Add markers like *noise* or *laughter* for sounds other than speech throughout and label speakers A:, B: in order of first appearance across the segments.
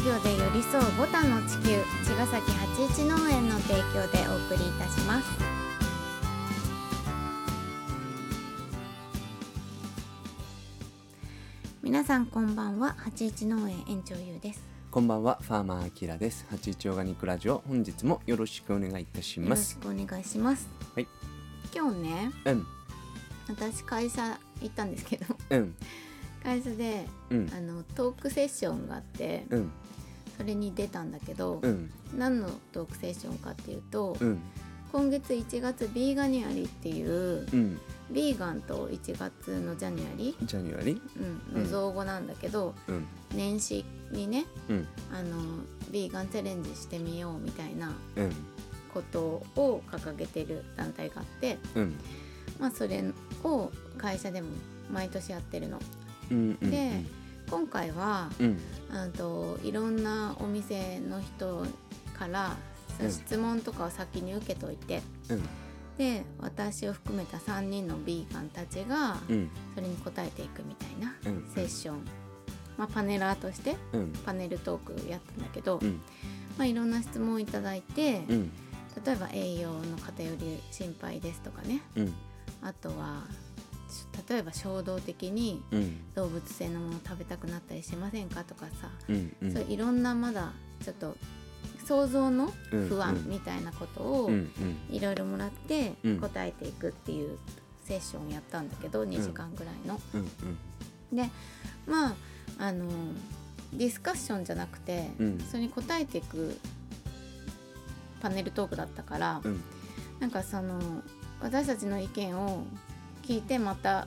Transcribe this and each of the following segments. A: 業で寄り添うボタンの地球茅ヶ崎八一農園の提供でお送りいたします皆さんこんばんは八一農園園長ゆうです
B: こんばんは、ファーマーアキラです。八一オーガニックラジオ、本日もよろしくお願いいたし
A: よろ
B: ま
A: し
B: す。
A: くお願いします
B: はい
A: 今日ね
B: うん、
A: 私会社行ったんですけど *laughs*
B: うん、
A: 会社で
B: うん、
A: あのトークセッションがあって
B: うん、
A: それに出たんだけど、
B: うん、
A: 何のトークセッションかっていうと、
B: うん、
A: 今月1月ビーガニアリっていう
B: うん、
A: ビーガンと1月のジャニアリ、
B: ジャニュアリ、
A: うん、の造語なんだけど、
B: うん、
A: 年始にね
B: うん、
A: あのビーガンチャレンジしてみようみたいな
B: うん、
A: ことを掲げてる団体があって、
B: うん、
A: まあ、それを会社でも毎年やってるの。
B: うん、うん、
A: で今回は
B: うん、
A: あといろんなお店の人から
B: うん
A: 質問とかを先に受けといて、
B: うん、
A: で私を含めた3人のビーガンたちが
B: うん、
A: それに答えていくみたいな
B: うん
A: セッション、まあ、パネラーとして
B: うん、
A: パネルトークやったんだけど、
B: うん、
A: まあ、いろんな質問をいただいて、
B: うん、
A: 例えば栄養の偏り心配ですとかね
B: うん、
A: あとはし例えば衝動的に
B: うん、
A: 動物性のもの食べたくなったりしませんかとかさ、
B: うん、うん、
A: そういろんなまだちょっと想像の不
B: う
A: 安
B: ん
A: みたいなことを、
B: うん、
A: いろいろもらって
B: うん
A: 答えていくっていうセッションをやったんだけど、2時間ぐらいの。
B: うん、うん、
A: でまああのディスカッションじゃなくて、
B: うん
A: それに答えていくパネルトークだったから、
B: うん、
A: なんかその私たちの意見を聞いてまた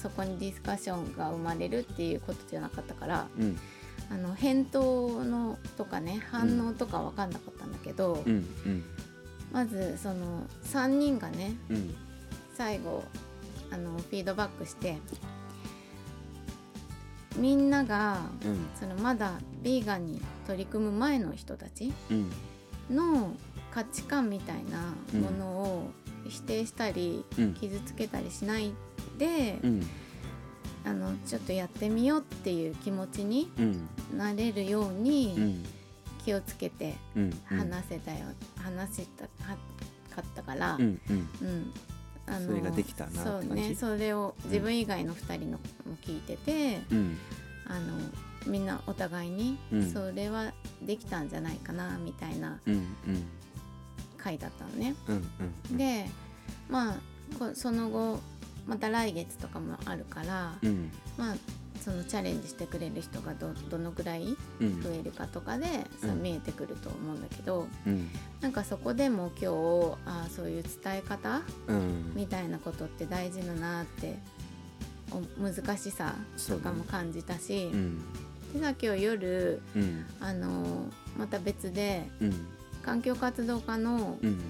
A: そこにディスカッションが生まれるっていうことじゃなかったから
B: うん、
A: あの返答のとかね反応とか分かんなかったんだけど、
B: うん、うん、
A: まずその3人がね
B: うん、
A: 最後あのフィードバックしてみんなが
B: うん、
A: そのまだビーガンに取り組む前の人たち
B: うん、
A: の価値観みたいなものを否定したり、
B: うん
A: 傷つけたりしないで、
B: うん、
A: あのちょっとやってみようっていう気持ちに
B: うん、
A: なれるよう
B: う
A: に
B: ん、
A: 気をつけて
B: うん、
A: 話せたよ、話したはかったから。
B: うん、うん、
A: うん、あ
B: それができたなって
A: そ
B: 感
A: う
B: じ
A: ねそれを自分以外の2人のも聞いてて、
B: うん、
A: あのみんなお互いに、
B: うん
A: それはできたんじゃないかなみたいな
B: うん、うん、
A: 回だったのね。
B: うん、うん、、
A: でまあこその後また来月とかもあるから、
B: うん、
A: まあそのチャレンジしてくれる人がどどのくらい
B: うん
A: 増、えるかとかで、
B: うん
A: そう見えてくると思うんだけど
B: うん、
A: なんかそこでも今日あーそういう伝え方
B: うん、
A: みたいなことって大事だなってお難しさとかも感じたし、
B: うん
A: でさ今日夜
B: うん
A: あのまた別で
B: うん
A: 環境活動家の,、
B: うん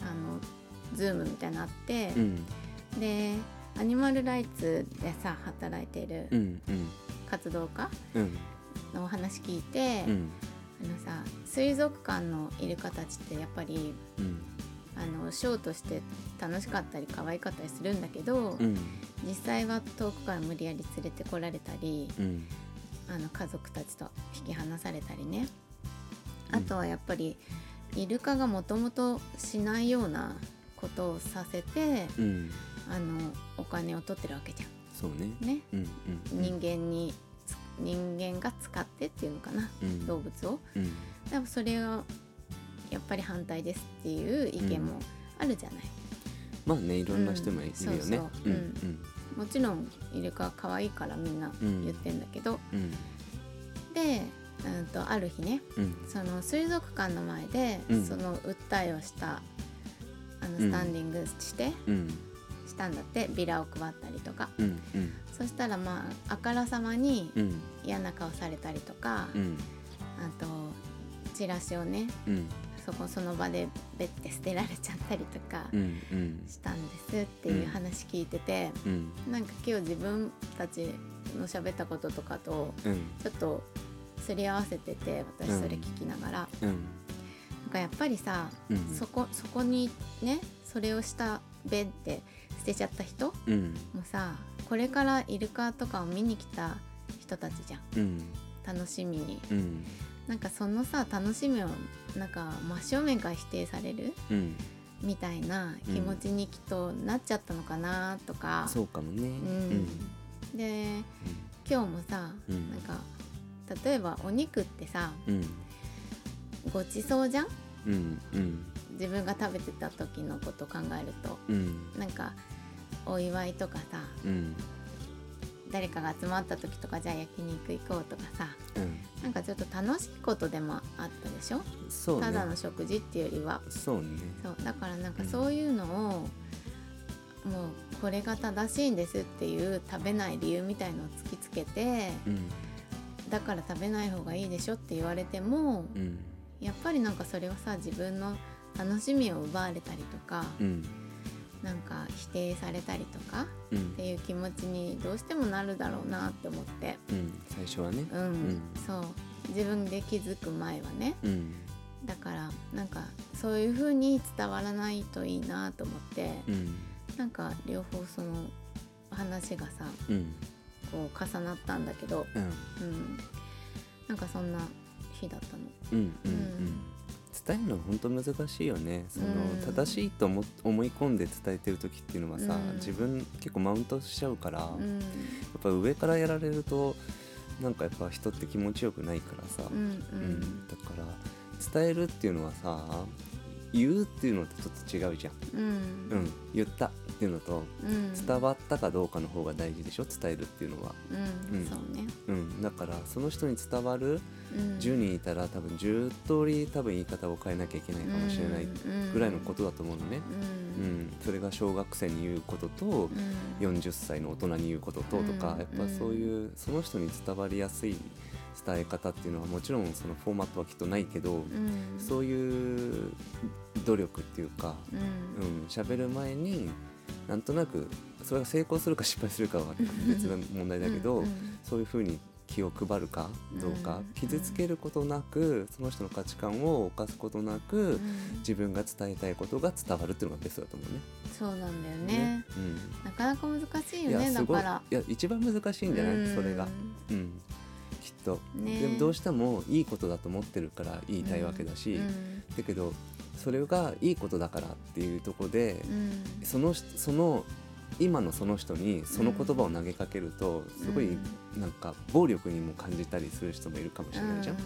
A: あのズームみたいなのあって
B: う、ん
A: でアニマルライツでさ働いてる
B: うんうん
A: 活動家
B: うん
A: のお話聞いて、
B: うん
A: あのさ水族館のイルカたちってやっぱり
B: うん
A: あのショーとして楽しかったり可愛かったりするんだけど、
B: うん
A: 実際は遠くから無理やり連れてこられたり
B: うん
A: あの家族たちと引き離されたりね
B: うん
A: あとはやっぱりイルカがもともとしないようなことをさせて
B: うん
A: あのお金を取ってるわけじゃ
B: そうね
A: んね
B: うんうん
A: 人間につ人間が使ってっていうのかな
B: うん
A: 動物を
B: うん
A: でもそれがやっぱり反対ですっていう意見もあるじゃない、
B: まあねいろんな人もいるよ
A: うんそ
B: ね
A: う
B: う
A: そうん
B: うん
A: もちろんイルカは可愛いからみんな言ってんだけど、
B: うん
A: で、うん、とある日ね
B: うん
A: その水族館の前で、
B: うん
A: その訴えをしたあの
B: うん
A: スタンディングして、
B: うん
A: したんだってビラを配ったりとか
B: うんうん
A: そしたらまああからさまに
B: うん
A: 嫌な顔されたりとか、
B: うん
A: あとチラシをね
B: うん
A: そこその場でべって捨てられちゃったりとか
B: うんうん
A: したんですっていう話聞いてて、
B: うん
A: なんか今日自分たちの喋ったこととかと
B: うん
A: ちょっとすり合わせてて私それ聞きながら、
B: うん
A: なんかやっぱりさ
B: うん
A: そこそこにねそれをしたベンって捨てちゃった人
B: うん
A: もさこれからイルカとかを見に来た人たちじゃん
B: うん
A: 楽しみに
B: うん
A: なんかそのさ楽しみをなんか真正面から否定される
B: うん
A: みたいな気持ちにきっとなっちゃったのかなとか、
B: そうかもね
A: うんで今日もさ、
B: うん
A: なんか例えばお肉ってさ
B: うん
A: ごちそうじゃん
B: うんうん
A: 自分が食べてた時のこと考えると
B: うん
A: なんかお祝いとかさ
B: うん
A: 誰かが集まった時とかじゃあ焼肉行こうとかさ
B: う
A: なんかちょっと楽しいことでもあったでしょ、
B: んそう
A: た
B: ね
A: だの食事っていうよりは
B: そうね
A: そうだからなんかそういうのを、もうこれが正しいんですっていう食べない理由みたいのを突きつけて
B: うん
A: だから食べない方がいいでしょって言われても、
B: うん
A: やっぱりなんかそれはさ自分の楽しみを奪われたりとか、
B: うん
A: なんか否定されたりとか
B: う
A: っ
B: ん
A: ていう気持ちにどうしてもなるだろうなって思って
B: うん最初はね
A: うん、
B: ん
A: そう自分で気づく前はね
B: うん
A: だからなんかそういう風に伝わらないといいなと思って、
B: うん
A: なんか両方その話がさ
B: うん
A: こう重なったんだけど、
B: うん
A: うん、なんかそんな日だったの。
B: うんうん
A: う
B: う
A: ん
B: ん伝えるのは本当難しいよねその、
A: うん
B: 正しいと思思い込んで伝えてる時っていうのはさ、
A: うん
B: 自分結構マウントしちゃうから、
A: う
B: や
A: ん
B: っぱ上からやられるとなんかやっぱ人って気持ちよくないからさ、
A: うんう
B: うん
A: ん
B: だから伝えるっていうのはさ言うっていうのとちょっと違うじゃん、
A: うんうん
B: うん、言ったっていうのと伝わったかどうかの方が大事でしょ伝えるっていうのは、
A: うん
B: うん
A: そうね、
B: うん、だからその人に伝わる
A: うん、
B: 10人いたら多分10通り多分言い方を変えなきゃいけないかもしれないぐらいのことだと思うのね、
A: う
B: うんん、それが小学生に言うことと
A: うん
B: 40歳の大人に言うことととか
A: うん
B: やっぱそういうその人に伝わりやすい伝え方っていうのはもちろんそのフォーマットはきっとないけど
A: うん
B: そういう努力っていうか
A: うん
B: うん喋る前になんとなくそれが成功するか失敗するかは
A: *laughs*
B: 別な問題だけど
A: うんうん
B: そういうふうに気を配るかどう
A: う
B: か
A: ん
B: 傷つけることなくその人の価値観を犯すことなく
A: うん
B: 自分が伝えたいことが伝わるっていうのがベストだと思うね。
A: そうなんだよね。
B: うん
A: なかなか難しい
B: い
A: よ
B: や
A: ね
B: す
A: だ
B: ごい
A: から。
B: いや一番難しいんじゃない、
A: うん
B: それが、うん、きっと、
A: ね
B: でもどうしてもいいことだと思ってるから言いたいわけだし、
A: うん
B: だけどそれがいいことだからっていうところで、
A: うん
B: その人その今のその人にその言葉を投げかけると、すごいなんか暴力にも感じたりする人もいるかもしれないじゃん。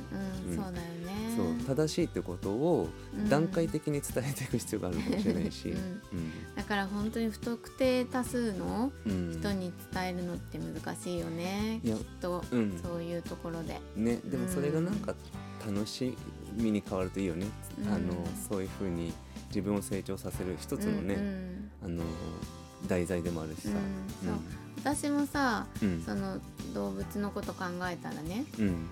A: うんうんそうだよね。
B: そう正しいってことを
A: うん
B: 段階的に伝えていく必要があるかもしれないし、
A: うん
B: うん
A: だから本当に不特定多数の
B: うん
A: 人に伝えるのって難しいよね。
B: い
A: きっ
B: や
A: と
B: うん
A: そういうところで。
B: ね、でもそれがなんか
A: う
B: 楽しみに変わるといいよね、
A: うん
B: あのそういうふうに自分を成長させる一つの
A: うん
B: ね、あの題材でもあるしさ。
A: うんそう私もさ
B: うん
A: その動物のこと考えたらね
B: うん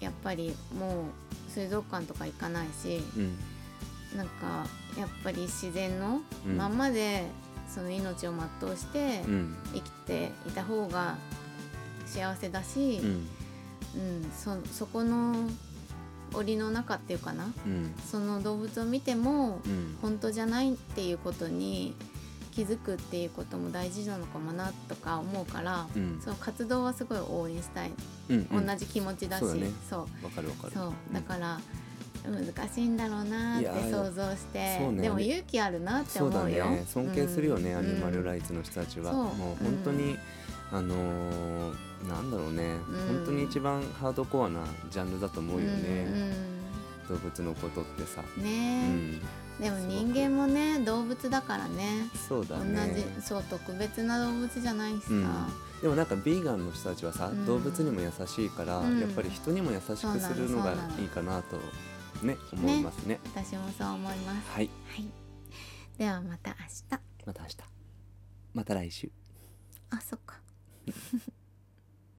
A: やっぱりもう水族館とか行かないし、
B: うん
A: なんかやっぱり自然の
B: うん
A: まんまでその命を全うして
B: うん
A: 生きていた方が幸せだし
B: う、ん
A: うんそそこの檻の中っていうかな
B: うん
A: その動物を見ても
B: うん
A: 本当じゃないっていうことに気づくっていうことも大事なのかもなとか思うから、
B: うん
A: その活動はすごい応援したい、
B: うんうん
A: 同じ気持ちだし
B: そうだね
A: そう
B: わかるわかる
A: そうだ
B: ら
A: から難しいんだろうなーっ
B: い
A: て
B: や
A: 想像して、
B: そうね
A: でも勇気あるなって
B: そう
A: 思
B: だ
A: うよ
B: ね尊敬するよね、
A: うん
B: アニマル
A: イ
B: ライツの人たちは、
A: そう
B: もう本当に、あのーなんだろうね、
A: ん
B: 本当に一番ハードコアなジャンルだと思うよね、
A: うん
B: 動物のことってさ、
A: うん
B: う
A: ね
B: ん、
A: え、でも人間もね動物だからね
B: そうだね
A: 同じそう特別な動物じゃないしさ、
B: うんでもなんかビーガンの人たちはさ、
A: うん
B: 動物にも優しいから、
A: うん
B: やっぱり人にも優しくするのがいいかなとね思いますね
A: 私もそう思います
B: はい
A: はいではまた明日
B: また明日また来週
A: あそっか